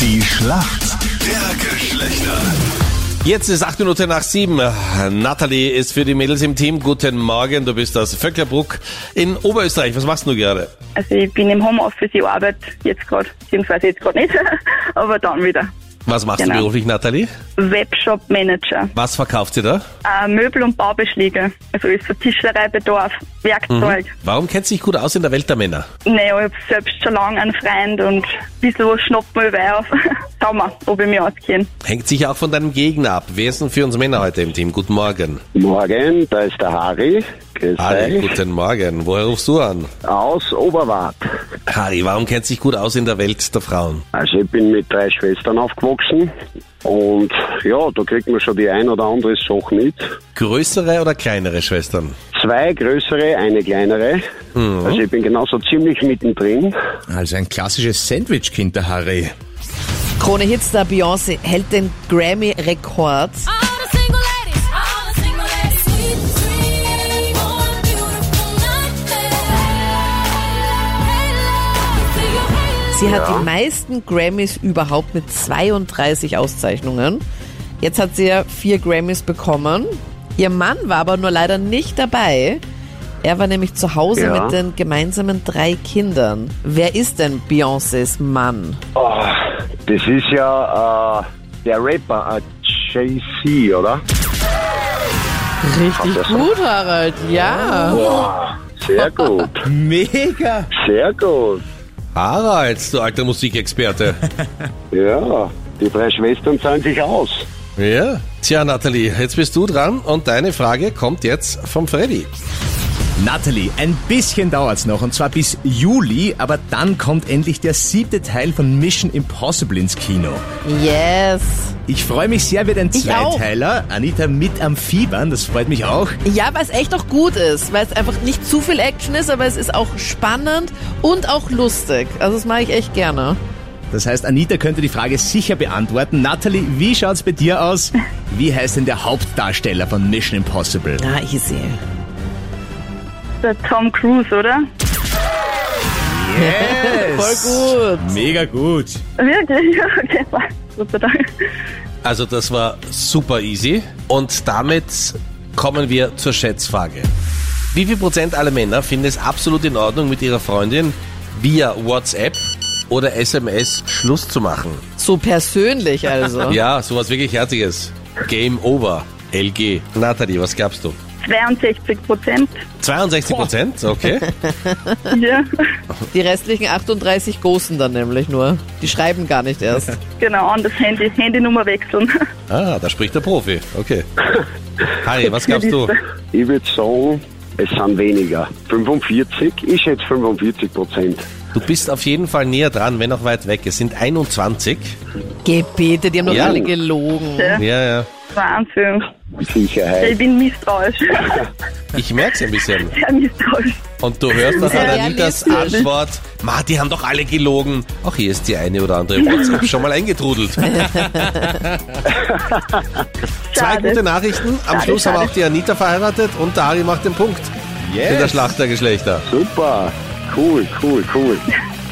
Die Schlacht der Geschlechter. Jetzt ist 8 Minuten nach 7. Nathalie ist für die Mädels im Team. Guten Morgen, du bist aus Vöcklerbruck in Oberösterreich. Was machst du gerade? Also ich bin im Homeoffice, ich arbeite jetzt gerade, beziehungsweise jetzt gerade nicht, aber dann wieder. Was machst du Genau. beruflich, Nathalie? Webshop Manager, Was verkauft ihr da? äh, Möbel und Baubeschläge, also ist für Tischlereibedarf, Werkzeug. Warum kennst du dich gut aus in der Welt der Männer? Naja, ich habe selbst schon lange einen Freund und ein bisschen was schnappt mal wei auf. Schauen wir, ob ich mich auskenne. Hängt sicher auch von deinem Gegner ab. Wer ist denn für uns Männer heute im Team? Guten Morgen. Morgen, da ist der Harry. Grüß Harry, euch. guten Morgen. Woher rufst du an? Aus Oberwart. Harry, warum kennst du dich gut aus in der Welt der Frauen? Also ich bin mit drei Schwestern aufgewachsen und ja, da kriegt man schon die ein oder andere Sache mit. Größere oder kleinere Schwestern? Zwei größere, eine kleinere. Also ich bin genauso ziemlich mittendrin. Also ein klassisches Sandwich-Kind, der Harry. Krone Hitstar Beyoncé hält den Grammy-Rekord. All the single ladies, all the single ladies, sweet dream on a beautiful night. Hey love, do you hate Sie hat die meisten Grammys überhaupt mit 32 Auszeichnungen. Jetzt hat sie ja vier Grammys bekommen. Ihr Mann war aber nur leider nicht dabei. Er war nämlich zu Hause Ja. mit den gemeinsamen drei Kindern. Wer ist denn Beyoncés Mann? Oh, das ist ja äh, der Rapper, äh, Jay-Z, oder? Richtig gut, Harald, ja. Boah, sehr gut, Mega! sehr gut. Harald, du alter Musikexperte. Ja, die drei Schwestern zahlen sich aus. ja? Tja, Nathalie, jetzt bist du dran und deine Frage kommt jetzt vom Freddy. Natalie, ein bisschen dauert's noch, und zwar bis Juli, aber dann kommt endlich der siebte Teil von Mission Impossible ins Kino. Yes. Ich freue mich sehr, wird ein Ich auch. Zweiteiler. Anita mit am Fiebern, das freut mich auch. Ja, was echt auch gut ist, weil es einfach nicht zu viel Action ist, aber es ist auch spannend und auch lustig. Also das mache ich echt gerne. Das heißt, Anita könnte die Frage sicher beantworten. Natalie, wie schaut's bei dir aus? Wie heißt denn der Hauptdarsteller von Mission Impossible? Na, easy. Der Tom Cruise, oder? Äh. Yes. Voll gut. Mega gut. Wirklich? Ja, okay, passt. Gott sei Dank. Also das war super easy. Und damit kommen wir zur Schätzfrage. Wie viel Prozent aller Männer finden es absolut in Ordnung, mit ihrer Freundin via WhatsApp oder SMS Schluss zu machen? So persönlich also. Ja, sowas wirklich Herziges. Game over. LG. Nathalie, was gabst du? 62 Prozent. 62 Prozent, okay. Ja, Die restlichen 38 Großen dann nämlich nur. Die schreiben gar nicht erst. genau, an das Handy, Handynummer wechseln. Ah, da spricht der Profi. Okay. Harry, was gabst du? Ich würde sagen, es sind weniger. 45, ich schätze 45 Prozent. Du bist auf jeden Fall näher dran, wenn auch weit weg. Es sind 21. Gebete, die haben doch Ja. alle gelogen. Ja, ja. Wahnsinn. Ich Sicherheit. bin misstrauisch. Ich merk's ein bisschen. Sehr misstrauisch. Und du hörst das an Ja, Anitas realistisch. Antwort. Ma, die haben doch alle gelogen. Auch hier ist die eine oder andere WhatsApp schon mal eingetrudelt. Zwei Schade. gute Nachrichten. Am Schade, Schluss haben schade. auch die Anita verheiratet und der Ari macht den Punkt. In der Schlacht der Geschlechter. Super. Cool, cool, cool.